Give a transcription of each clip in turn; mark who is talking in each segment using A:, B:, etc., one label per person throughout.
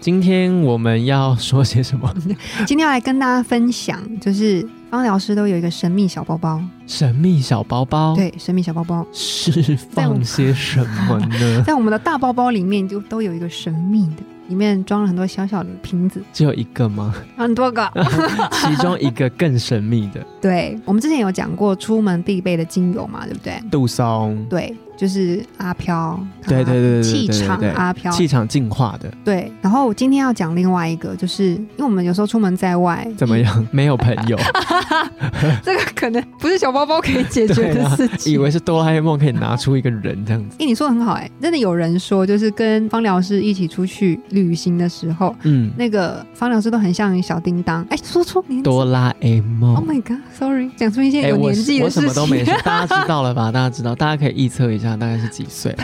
A: 今天我们要说些什 么？
B: 今天要来跟大家分享，就是芳疗师都有一个神秘小包包，
A: 神秘小包包，，
B: 对，神秘小包包，
A: 释放些什么呢？
B: 在我们的大包包里面就都有一个神秘的，里面装了很多小小的瓶子，
A: 只有一个 吗？
B: 很多个。
A: 其中一个更神秘的
B: 对，我们之前有讲过出门必备的精油嘛，对不对？
A: 杜松，
B: 对，就是阿飘，
A: 对对对对对
B: 气场
A: 对对对
B: 阿飘，
A: 气场净化的
B: 对。然后我今天要讲另外一个，就是因为我们有时候出门在外，
A: 怎么 样？没有朋友，
B: 这个可能不是小包包可以解决
A: 对
B: 的
A: 啊
B: 事情。
A: 以为是哆啦 A 梦可以拿出一个人这样子。
B: 哎、你说的很好哎、真的有人说，就是跟芳疗师一起出去旅行的时候，
A: 嗯，
B: 那个芳疗师都很像小叮当。哎、说错年纪
A: 哆啦 A
B: ，Oh
A: 梦。
B: my God，Sorry，讲出一些
A: 哎、
B: 有
A: 我
B: 年纪
A: 我
B: 的事
A: 什
B: 情。
A: 么都没 说，大家知道了吧？大家知道，大家可以预测一下大概是几岁，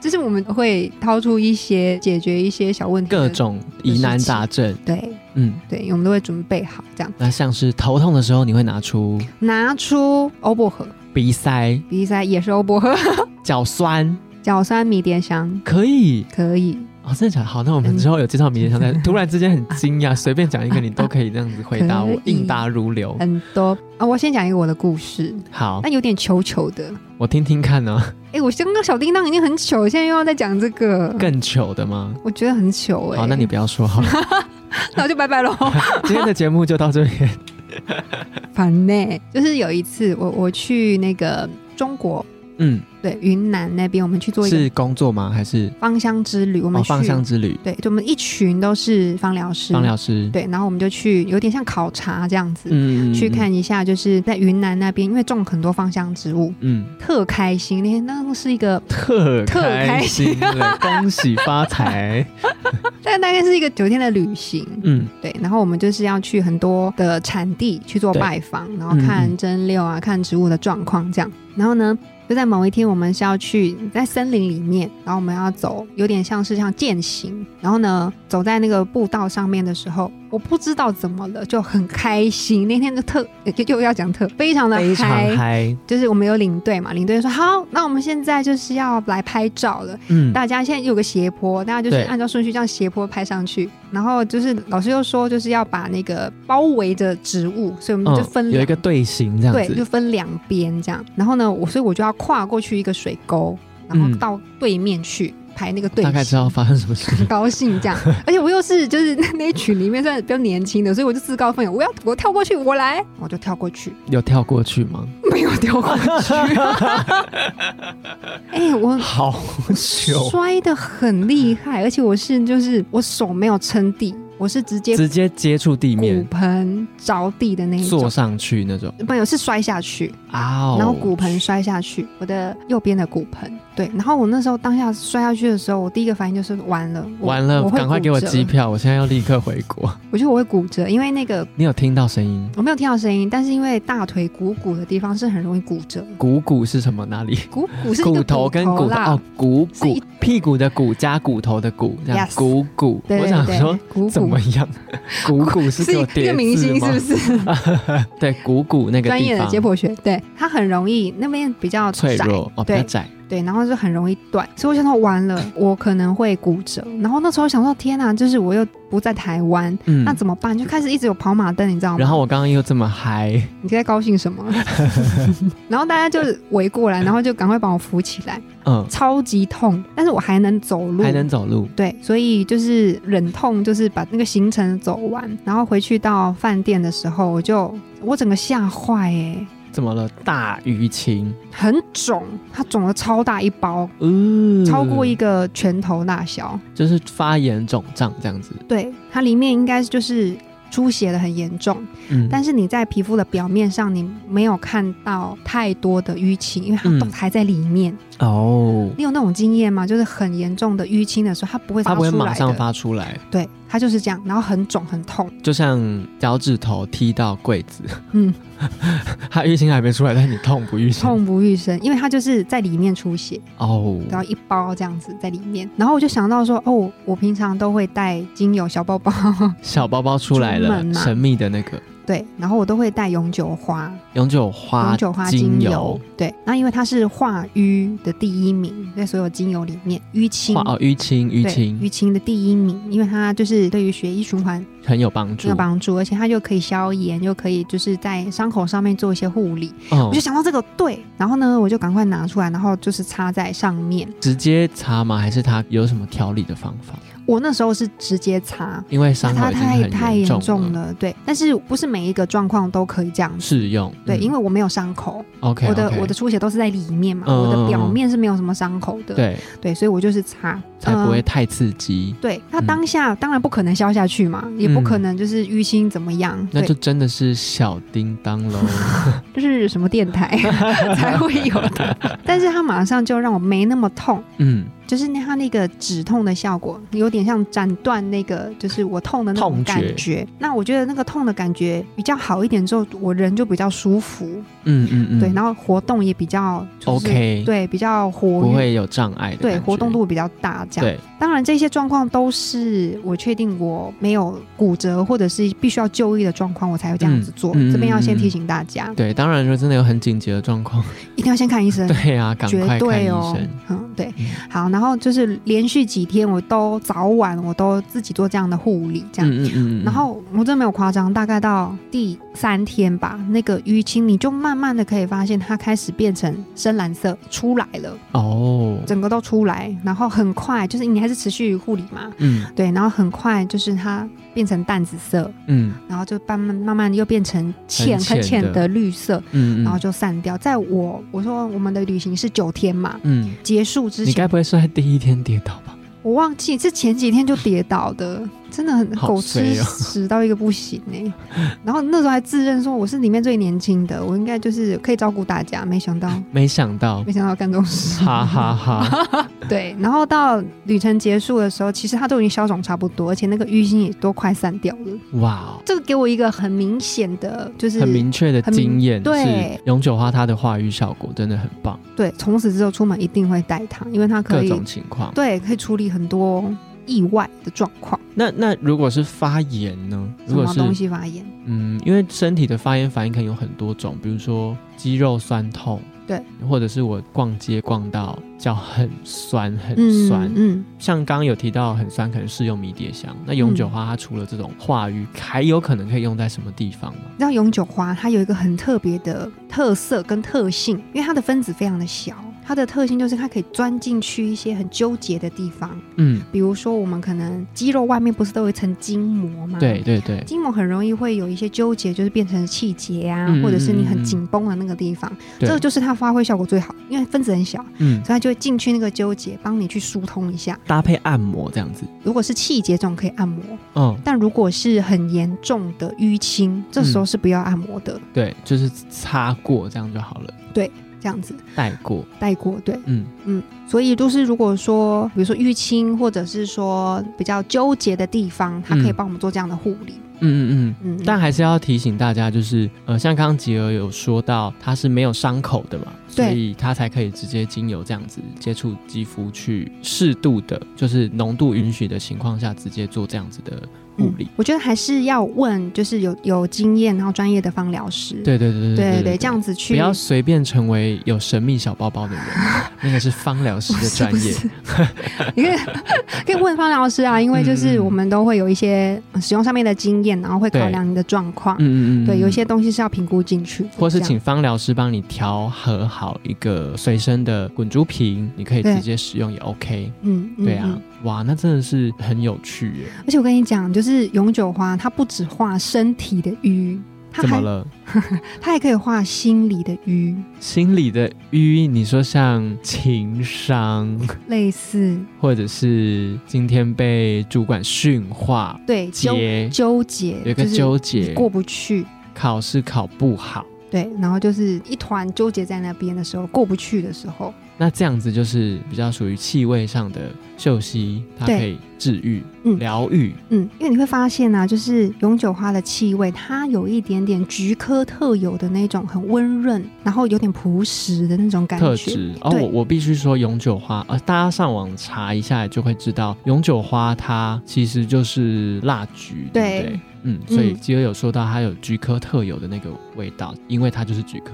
B: 就是我们会掏出一些解决一些小问题的，
A: 各种疑难杂症。
B: 对
A: 嗯，
B: 对，我们都会准备好这样，
A: 那像是头痛的时候，你会拿出
B: 拿出欧薄荷、
A: 鼻塞、
B: 鼻塞也是欧薄荷，
A: 脚酸，
B: 角酸迷迭香
A: 可以
B: 可以，
A: 哦，真的假的？好，那我们之后有介绍迷迭香，但突然之间很惊 讶，随便讲一个你都可以这样子回答我
B: 可，以
A: 应答如流。
B: 很多啊。我先讲一个我的故事，
A: 好，
B: 但有点糗糗的。
A: 我听听看呢、
B: 哎、我刚刚小叮当已经很糗，现在又要再讲这个，
A: 更糗的吗？
B: 我觉得很糗哎、
A: 好，那你不要说好了。
B: 那我就拜拜喽。
A: 今天的节目就到这边。
B: 烦呢、就是有一次我我去那个中国，
A: 嗯，
B: 对云南那边，我们去做一个
A: 是工作吗？还是
B: 芳香之旅，我们
A: 哦，
B: 去、
A: 芳香之旅？
B: 对，就我们一群都是芳疗师，
A: 芳疗师。
B: 对，然后我们就去有点像考察这 样子，
A: 嗯，嗯
B: 去。看一下，就是在云南那边，因为种很多芳香植物，
A: 嗯，嗯
B: 特开心。那天那是一个，
A: 特
B: 特
A: 开
B: 开
A: 心
B: 心
A: 了，恭喜发 财。
B: 但大概是一个九天的旅行，
A: 嗯，
B: 对。然后我们就是要去很多的产地去做
A: 对
B: 拜访，然后
A: 嗯
B: 看
A: 嗯
B: 蒸馏啊，看植物的状况这样。然后呢，就在某一天，我们是要去在森林里面，然后我们要走，有点像是像践行。然后呢，走在那个步道上面的时候，我不知道怎么了，就很开心。那天就特呃就又要讲特，非常的
A: 非常
B: 嗨
A: 嗨。
B: 就是我们有领队嘛，领队就说好，那我们现在就是要来拍照了。
A: 嗯，
B: 大家现在有个斜坡，大家就是
A: 对
B: 按照顺序这样斜坡拍上去。然后就是老师又说，就是要把那个包围着植物，所以我们就分
A: 嗯哦有
B: 两、
A: 一个队形这样
B: 对，就
A: 子。
B: 分两边这样。然后呢，我所以我就要跨过去一个水沟，然后
A: 嗯
B: 到对面去排那个队
A: 大概知
B: 形。
A: 道发生什么事。
B: 很高兴这样，而且我又是就是 那那一群里面算比较年轻的，所以我就自告奋勇，我要我跳过去，我来，我就跳过 去，
A: 有跳过去吗？
B: 没有跳过去。哎、我
A: 好糗，哦
B: 摔得很厉害，而且我是就是我手没有撑地，我是直接
A: 直接接触地
B: 骨
A: 面，
B: 盆着地的那一
A: 坐
B: 种，
A: 上去那种。
B: 没有是摔下去，
A: 啊哦，
B: 然后骨盆摔下去，我的右边的骨盆，对，然后我那时候当下摔下去的时候，我第一个反应就是完了，我
A: 完了
B: 我，会
A: 赶快给我
B: 骨折
A: 机，票，我现在要立刻回国。
B: 我觉得我会骨折，因为那个
A: 你有听到声音？
B: 我没有听到声音，但是因为大腿股骨的地方是很容易骨折，
A: 股骨是什么？哪里？
B: 股骨是一
A: 骨
B: 个
A: 头跟骨头
B: 啦，
A: 哦，股
B: 是一
A: 骨屁股的骨加骨头的骨，这样
B: Yes
A: 股骨。
B: 对
A: 我
B: 对
A: 想
B: 对，
A: 说
B: 股
A: 怎
B: 骨
A: 么样？股骨是
B: 是
A: 给我
B: 一
A: 叠
B: 个明
A: 字
B: 星
A: 吗
B: 是不？是？
A: 对，股骨那个
B: 专
A: 地
B: 业的
A: 方
B: 解剖学，对它很容易那边比较
A: 脆
B: 窄，
A: 弱哦，比较
B: 对
A: 窄。
B: 对，然后就很容易断，所以我想到完了，我可能会骨折。然后那时候想说，天哪，就是我又不在台湾，
A: 嗯
B: 那怎么办？就开始一直有跑马灯，你知道吗？
A: 然后我刚刚又这么嗨，
B: 你在高兴什么？ 然后大家就围过来，然后就赶快把我扶起来，
A: 嗯，
B: 超级痛，但是我还能走路，
A: 还能走路，
B: 对，所以就是忍痛，就是把那个行程走完，然后回去到饭店的时候，我就我整个吓坏哎、
A: 怎么了？大淤青，
B: 很肿，它肿的超大一包，
A: 嗯，
B: 超过一个拳头大小。
A: 就是发炎肿胀这样子，
B: 对，它里面应该就是出血的很严重，
A: 嗯，
B: 但是你在皮肤的表面上你没有看到太多的淤青，因为它
A: 嗯
B: 都还在里面。
A: 哦，
B: 你有那种经验吗？就是很严重的淤青的时候，它不会
A: 它
B: 发
A: 不
B: 出
A: 会
B: 来的，
A: 马上发嗯出来，
B: 对，它就是这样，然后很肿很痛，
A: 就像脚趾头踢到柜子，
B: 嗯，
A: 它淤青还没出来，但你痛不淤青？
B: 痛不欲生，因为它就是在里面出血，
A: 哦，
B: 然后一包这样子在里面，然后我就想到说，哦，我平常都会带精油小包包，
A: 小包包出来
B: 出
A: 了
B: 门，嘛
A: 神秘的那个
B: 对，然后我都会带永久花，
A: 永久花
B: 永久花
A: 精
B: 精油，对，然后因为它是化瘀的第一名，在所有精油里面，淤青
A: 花哦淤青
B: 对
A: 淤青
B: 淤青的第一名，因为它就是对于血液循环
A: 很有帮助
B: 有，帮助，而且它又可以消炎，又可以就是在伤口上面做一些护理。
A: 嗯
B: 我就想到这个对，然后呢，我就赶快拿出来，然后就是擦在上面。
A: 直接擦吗？还是它有什么调理的方法？
B: 我那时候是直接擦，
A: 因为伤口
B: 它
A: 已
B: 太
A: 经
B: 太
A: 很
B: 严
A: 严
B: 重
A: 了，
B: 了，对。但是不是每一个状况都可以这样子。
A: 试用
B: 对，因
A: 为
B: 为我没有伤口
A: 嗯 OK
B: 我的我的出血都是在里面嘛，我
A: 嗯嗯
B: 的
A: 嗯
B: 表面是没有什么伤口的，
A: 对
B: 对，所以我就是擦，
A: 才不会
B: 嗯
A: 太刺激，
B: 对，那
A: 嗯
B: 当下、当然不可能消下去嘛，也不
A: 嗯
B: 可能就是淤青怎么样，
A: 那
B: 对
A: 就，真的是小叮当 喽。
B: 就是什么电台 才会有 的。但是它马上就让我没那么痛，
A: 嗯，
B: 就是那它那个止痛的效果，有点像斩断那个就是我痛的那种
A: 痛觉
B: 感觉。那我觉得那个痛的感觉比较好一点之后，我人就比较舒服，
A: 嗯嗯嗯，
B: 对，然后活动也比较、就是
A: OK，，
B: 对，比较活
A: 不
B: 跃，
A: 会有障碍的感觉，
B: 对，活动度比较大这样。
A: 对，
B: 当然，这些状况都是我确定我没有骨折或者是必须要就医的状况，我才会这样子做。
A: 嗯嗯
B: 这边要先
A: 嗯嗯
B: 提醒大家，
A: 对，当然，如果真的有很紧急的状况，
B: 一定要先看医生，
A: 对啊，赶
B: 绝
A: 快看医
B: 对哦
A: 生。。
B: 嗯，对
A: 嗯。
B: 好，然后就是连续几天，我都早晚我都自己做这样的护理，这样。
A: 嗯嗯嗯嗯
B: 然后我真的没有夸张，大概到第三天吧，那个淤青你就慢慢的可以发现它开始变成深蓝色出来了，
A: 哦，
B: 整个都出来，然后很快就是你还是持续护理嘛，
A: 嗯
B: 对，然后很快就是它变成淡紫色，
A: 嗯
B: 然后就慢慢慢慢又变成浅
A: 很浅
B: 很浅
A: 的
B: 的绿色，
A: 嗯，
B: 然后就散掉。在我我说我们的旅行是九天嘛，
A: 嗯，
B: 结束之
A: 你该
B: 前
A: 不会是在第一天跌倒吧？
B: 我忘记是前几天就跌倒的，真的很
A: 好
B: 狗吃
A: 衰哦
B: 屎到一个不行哎、然后那时候还自认说我是里面最年轻的，我应该就是可以照顾大家，没想到
A: 没想到
B: 没，想到干这种 事。
A: 哈 哈哈，
B: 对，然后到旅程结束的时候，其实它都已经消肿差不多，而且那个淤青也都快散掉了。
A: 哇哦，
B: 这个给我一个很明显的，就是
A: 很明确的
B: 很明
A: 经验
B: 对
A: 是永久花它的话语效果真的很棒，
B: 对，从此之后出门一定会带它，因为它可
A: 各
B: 以
A: 种情况。
B: 对可以处理很多意外的状况，
A: 那那如果是发炎呢？
B: 什
A: 如果
B: 么
A: 是
B: 东西发炎，
A: 嗯，因为身体的发炎反应可能有很多种，比如说肌肉酸痛，
B: 对，
A: 或者是我逛街逛到脚很酸很
B: 嗯
A: 酸。
B: 嗯，
A: 像刚刚有提到很酸，可能适用迷迭香。那永久花它除了这种化瘀，还有可能可以用在什么地方吗？
B: 你知道永久花它有一个很特别的特色跟特性，因为它的分子非常的小，它的特性就是它可以钻进去一些很纠结的地方，
A: 嗯，
B: 比如说我们可能肌肉外面不是都有一层筋膜吗？
A: 嗯对。对对，
B: 筋膜很容易会有一些纠结，就是变成气结啊，
A: 嗯
B: 或者是你
A: 嗯嗯
B: 很
A: 嗯
B: 紧绷的那个地方，
A: 对
B: 这个就是它发挥效果最好，因为分子很小，
A: 嗯，
B: 所以它就会进去那个纠结，帮你去疏通一下。
A: 搭配按摩这样子，
B: 如果是气结这种可以按摩，
A: 嗯，
B: 但如果是很严重的淤青，这时候是不要按摩的，
A: 对，就是擦过这样就好了，
B: 这样子
A: 带过，
B: 带过。对，
A: 嗯，
B: 所以就是如果说，比如说淤青，或者是说比较纠结的地方，它可以
A: 嗯
B: 帮我们做这样的护理。
A: 嗯嗯
B: 嗯
A: 嗯，，但还是要提醒大家，就是呃，像刚刚吉儿有说到，它是没有伤口的嘛，所
B: 对
A: 以它才可以直接经由这样子接触肌肤去适度的，就是浓度允许的情况下，直接做这样子的护理。
B: 嗯我觉得还是要问，就是有有经验然后专业的方疗师。
A: 对对嗯对对
B: 对对这样子去
A: 不要随便成为有神秘小包包 的人，那个是芳疗师
B: 不
A: 的
B: 是
A: 专
B: 不
A: 业。
B: 是啊你 可以可以问方疗师啊，因为就是
A: 嗯嗯
B: 我们都会有一些呃使用上面的经验，然后会考
A: 对
B: 量你的状况。
A: 嗯嗯嗯，
B: 对，有一些
A: 嗯。
B: 东西是要评估进去的，
A: 或是
B: 这样
A: 请芳疗师帮你调和好一个随身的滚珠瓶，你可以
B: 对
A: 直接使用也 OK。
B: 嗯，嗯
A: 对啊，
B: 嗯
A: 哇，那真的是很有趣耶！
B: 而且我跟你讲，就是永久花，它不只画身体的淤，它
A: 怎么
B: 还
A: 了？
B: 它还可以画心理的淤，
A: 心里的淤，你说像情商，
B: 类似
A: 或者是今天被主管训话，
B: 对纠
A: 结
B: 纠结，
A: 有一个
B: 就是
A: 纠结，
B: 你过不去，
A: 考试考不好，
B: 对，然后就是一团纠结在那边的时候，过不去的时候，
A: 那这样子就是比较属于气味上的嗅息，它
B: 对
A: 可以治愈
B: 嗯、
A: 疗愈。
B: 嗯，因为你会发现啊，就是永久花的气味，它有一点点菊科特有的那种很温润，然后有点朴实的那种感
A: 特
B: 觉。
A: 质哦，
B: 对
A: 我我必须说永久花，呃，大家上网查一下就会知道，永久花它其实就是蜡菊，
B: 对
A: 对不对？嗯，所以
B: 嗯
A: 吉尔有说到它有菊科特有的那个味道，因为它就是 菊科。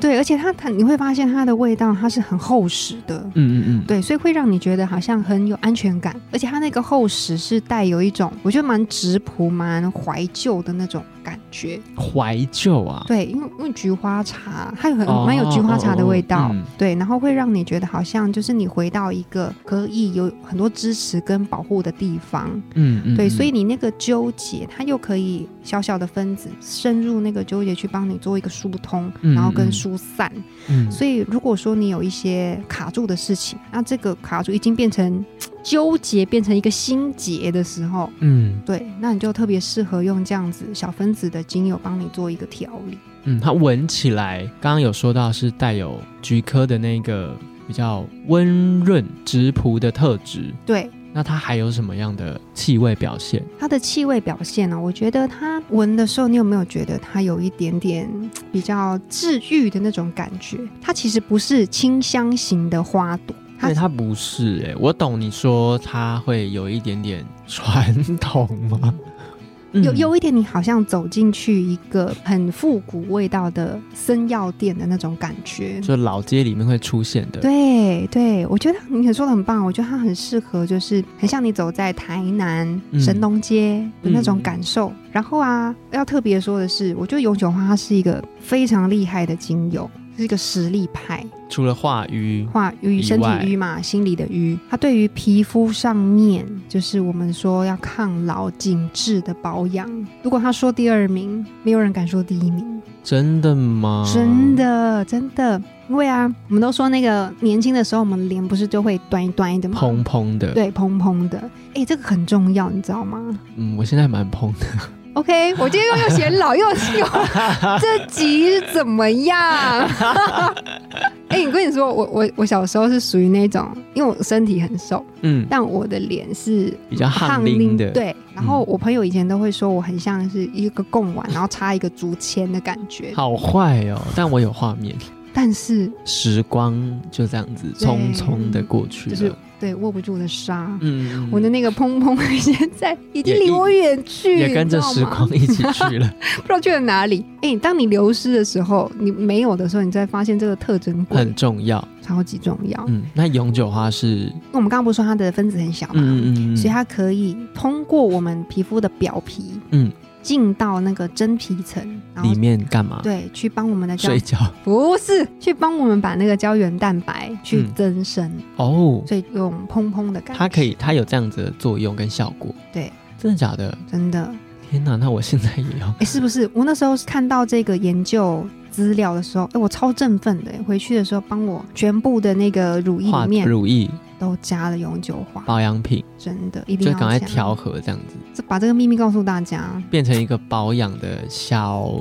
B: 对，而且它它你会发现它的味道，它是很厚实的。
A: 嗯嗯嗯，
B: 对，所以会让你觉得好像很有安全感，而且它那个厚实是带有一种我觉得蛮质朴、蛮怀旧的那种感觉。
A: 怀旧啊，
B: 对，因为因为菊花茶，它有很
A: 哦
B: 蛮有菊花茶的味道，
A: 哦哦嗯
B: 对，然后会让你觉得好像就是你回到一个可以有很多支持跟保护的地方，
A: 嗯嗯，
B: 对，
A: 嗯
B: 所以你那个纠结，它又可以小小的分子深入那个纠结去帮你做一个疏通，
A: 嗯
B: 然后跟
A: 嗯
B: 疏散。
A: 嗯
B: 所以如果说你有一些卡住的事情，那这个卡住已经变成纠结，变成一个心结的时候。
A: 嗯
B: 对，那你就特别适合用这样子小分子的精油帮你做一个调理。
A: 嗯，它闻起来刚刚有说到是带有菊科的那个比较温润质朴的特质，
B: 对，
A: 那它还有什么样的气味表现？
B: 它的气味表现呢、我觉得它闻的时候，你有没有觉得它有一点点嗯比较治愈的那种感觉？它其实不是清香型的花朵，它
A: 对，它不是哎、我懂你说它会有一点点传统吗？嗯
B: 有有一点你好像走进去一个很复古味道的森药店的那种感觉。
A: 就老街里面会出现的，
B: 对对，我觉得你说的很棒，我觉得它很适合，就是很像你走在台南
A: 嗯
B: 神农街的那种
A: 嗯
B: 感受。然后啊，要特别说的是，我觉得永久花它是一个非常厉害的精油，是一个实力派。
A: 除了化鱼，
B: 话瘀，
A: 以
B: 身体
A: 外
B: 瘀嘛，心理的瘀，它对于皮肤上面，就是我们说要抗老紧致的保养。如果他说第二名，没有人敢说第一名，
A: 真的吗？
B: 真，的真的，因为啊，我们都说那个年轻的时候，我们脸不是就会端一端的吗？
A: 蓬蓬的，，
B: 对，蓬蓬的，哎、这个很重要，你知道吗
A: 嗯，我现在蛮蓬 的，
B: ？OK，我今天又又显老，又又 这集是怎么样？ 哎、我跟你说，我我我小时候是属于那种，因为我身体很瘦，
A: 嗯，
B: 但我的脸是
A: 比较汗淋的，，
B: 对。然后我朋友以前都会说我很像是一个贡丸，然后插一个竹签的感觉。
A: 好坏哦，但我有画面，
B: 但是
A: 时光就这样子
B: 对
A: 匆匆的过去
B: 就
A: 了，
B: 是对握不住的沙，
A: 嗯，
B: 我的那个砰砰 现在已经
A: 也
B: 离
A: 一
B: 我远去，
A: 也跟着
B: 你知
A: 时
B: 道吗
A: 光，一起 去了，
B: 不知道去了哪里。哎、当你流失的时候，你没有的时候，你才发现这个特征
A: 很
B: 贵，
A: 重要，
B: 超级重要。
A: 嗯，那永久花是，
B: 我们刚刚不是说它的分子很小嘛，
A: 嗯嗯嗯，
B: 所以它可以通过我们皮肤的表皮，
A: 嗯，
B: 进到那个真皮层，然后
A: 里面干嘛？
B: 对，去帮我们的胶
A: 睡觉
B: 不是去帮我们把那个胶原蛋白去
A: 嗯
B: 增生，
A: 哦，
B: 所以用砰砰的感觉。
A: 它可以，它有这样子的作用跟效果。
B: 对，
A: 真的假的？
B: 真的，
A: 天哪，那我现在也要
B: 哎、是不是？我那时候看到这个研究资料的时候，哎、我超振奋的。哎回去的时候，帮我全部的那个乳液
A: 化
B: 里面
A: 乳液
B: 都加了永久花，
A: 保养品，
B: 真的一定
A: 就
B: 要
A: 赶快
B: 这样
A: 调，和这样子，
B: 这把这个秘密告诉大家，
A: 变成一个保养的小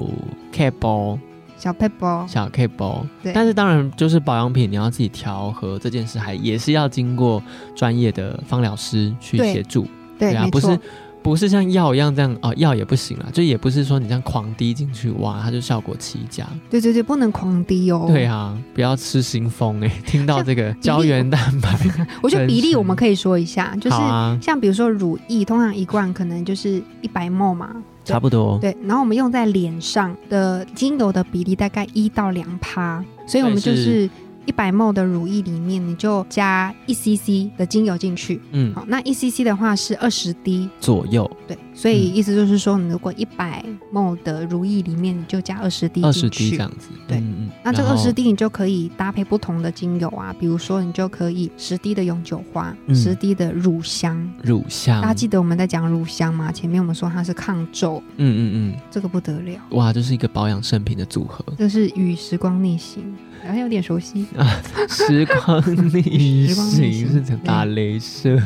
A: K 包，
B: 小 pebble。
A: 小 K 包。
B: 对
A: 但是当然，就是保养品你要自己调和这件事，还也是要经过专业的芳疗师去
B: 对
A: 协助。
B: 对，
A: 啊
B: 没，
A: 不
B: 错
A: 是，。不是像药一样这样哦，药也不行啦，就也不是说你这样狂滴进去，哇，它就效果奇佳。
B: 对对对，不能狂滴哦。
A: 对啊，不要吃新 风哎、听到这个胶原蛋白，
B: 我觉得比
A: 真
B: 例
A: 是
B: 我们可以说一下，就是
A: 好啊，
B: 像比如说乳液，通常一罐可能就是一百 ml 嘛，
A: 差不多。
B: 对，然后我们用在脸上的精油的比例大概一到两趴，所以我们
A: 所以
B: 就是是一百 ml 的乳液里面，你就加一 cc 的精油进去。
A: 嗯，
B: 好，那一 cc 的话是二十滴，
A: 左右
B: 对，所以
A: 嗯
B: 意思就是说，你如果一百 ml 的乳液里面，你就加二十滴
A: 二
B: 进
A: 十滴这
B: 去。
A: 样子。
B: 对
A: 嗯嗯。
B: 那这
A: 然后
B: 二十滴你就可以搭配不同的精油啊，比如说你就可以十滴的永久花，
A: 嗯
B: 十、滴的乳香。
A: 乳香，
B: 大家记得我们在讲乳香吗？前面我们说它是抗皱，
A: 嗯嗯
B: 这个不得了。
A: 嗯，哇，这是一个保养圣品的组合。
B: 这是与时光逆行，好像有点熟悉。
A: 时光逆
B: 时光逆行
A: 行是讲打镭射，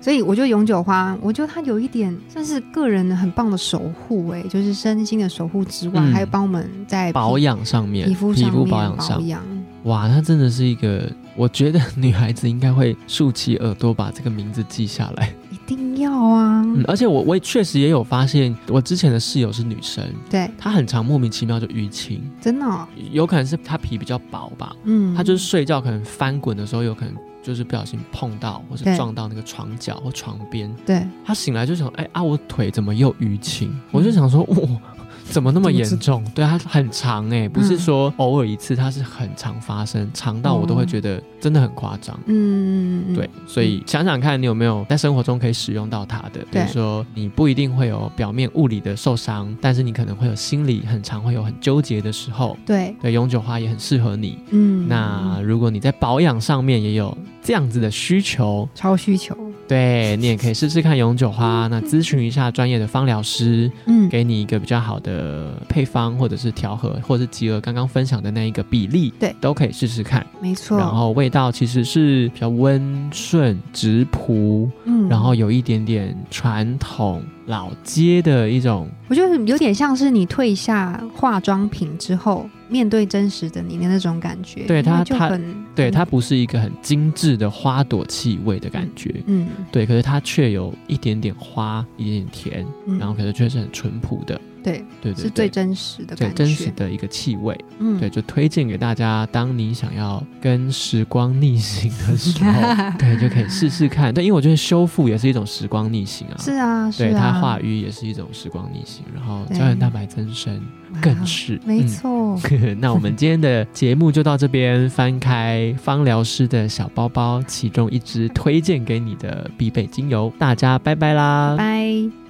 B: 所以我觉得永久花，我觉得它有一点算是个人很棒的守护，哎，就是身心的守护之外，
A: 嗯
B: 还有帮我们在皮
A: 保养上面，
B: 皮肤上
A: 皮
B: 面
A: 肤保养
B: 保
A: 上，
B: 养。
A: 哇，那真的是一个，我觉得女孩子应该会竖起耳朵把这个名字记下来。
B: 一定要啊，
A: 嗯，而且我我也确实也有发现，我之前的室友是女生，
B: 对，
A: 她很常莫名其妙就淤青，
B: 真的、哦，
A: 有可能是她皮比较薄吧，
B: 嗯，
A: 她就是睡觉可能翻滚的时候有可能。就是不小心碰到或是
B: 对
A: 撞到那个床角或床边，
B: 对，
A: 她醒来就想，哎、啊，我腿怎么又淤青？我
B: 嗯
A: 就想说，哇，怎么那么严重？对，它很长哎、不是
B: 嗯
A: 说偶尔一次，它是很常发生，长到我都会觉得真的很夸张。
B: 嗯，哦嗯
A: 对，，所以想想看你有没有在生活中可以使用到它的，比如
B: 对
A: 说你不一定会有表面物理的受伤，但是你可能会有心理很常会有很纠结的时候。
B: 对，
A: 对，永久花也很适合你。
B: 嗯，
A: 那如果你在保养上面也有这样子的需求，
B: 超需求，
A: 对你也可以试试看永久花，那咨询一下专业的芳疗师，
B: 嗯，
A: 给你一个比较好的配方，或者是调和，或者是集合刚刚分享的那一个比例，
B: 对
A: 都可以试试看。
B: 没错，
A: 然后味道其实是比较温顺、直朴，
B: 嗯，
A: 然后有一点点传统老街的一种，
B: 我觉得有点像是你退下化妆品之后，面对真实的你的那种感觉，因
A: 对
B: 为
A: 它
B: 就
A: 它
B: 很，
A: 对，
B: 很
A: 它，不是一个很精致的花朵气味的感觉。
B: 嗯，
A: 对，可是它却有一点点花，一点点甜，
B: 嗯
A: 然后可是却是很淳朴的，
B: 对，
A: 对对
B: 是最
A: 对，
B: 真实的
A: 对
B: 感觉，
A: 真实的一个气味。
B: 嗯，
A: 对，就推荐给大家。当你想要跟时光逆行的 时候，对，就可以试试看。对，因为我觉得修复也是一种时光逆行啊。
B: 是啊，是啊，
A: 对，它化瘀也是一种时光逆行，然后胶原蛋白增生
B: 哇
A: 更是。
B: 啊没错，
A: 嗯 那我们今天的节目就到这边，翻开芳疗师的小包包，其中一支推荐给你的必备精油，大家拜拜啦！
B: 拜。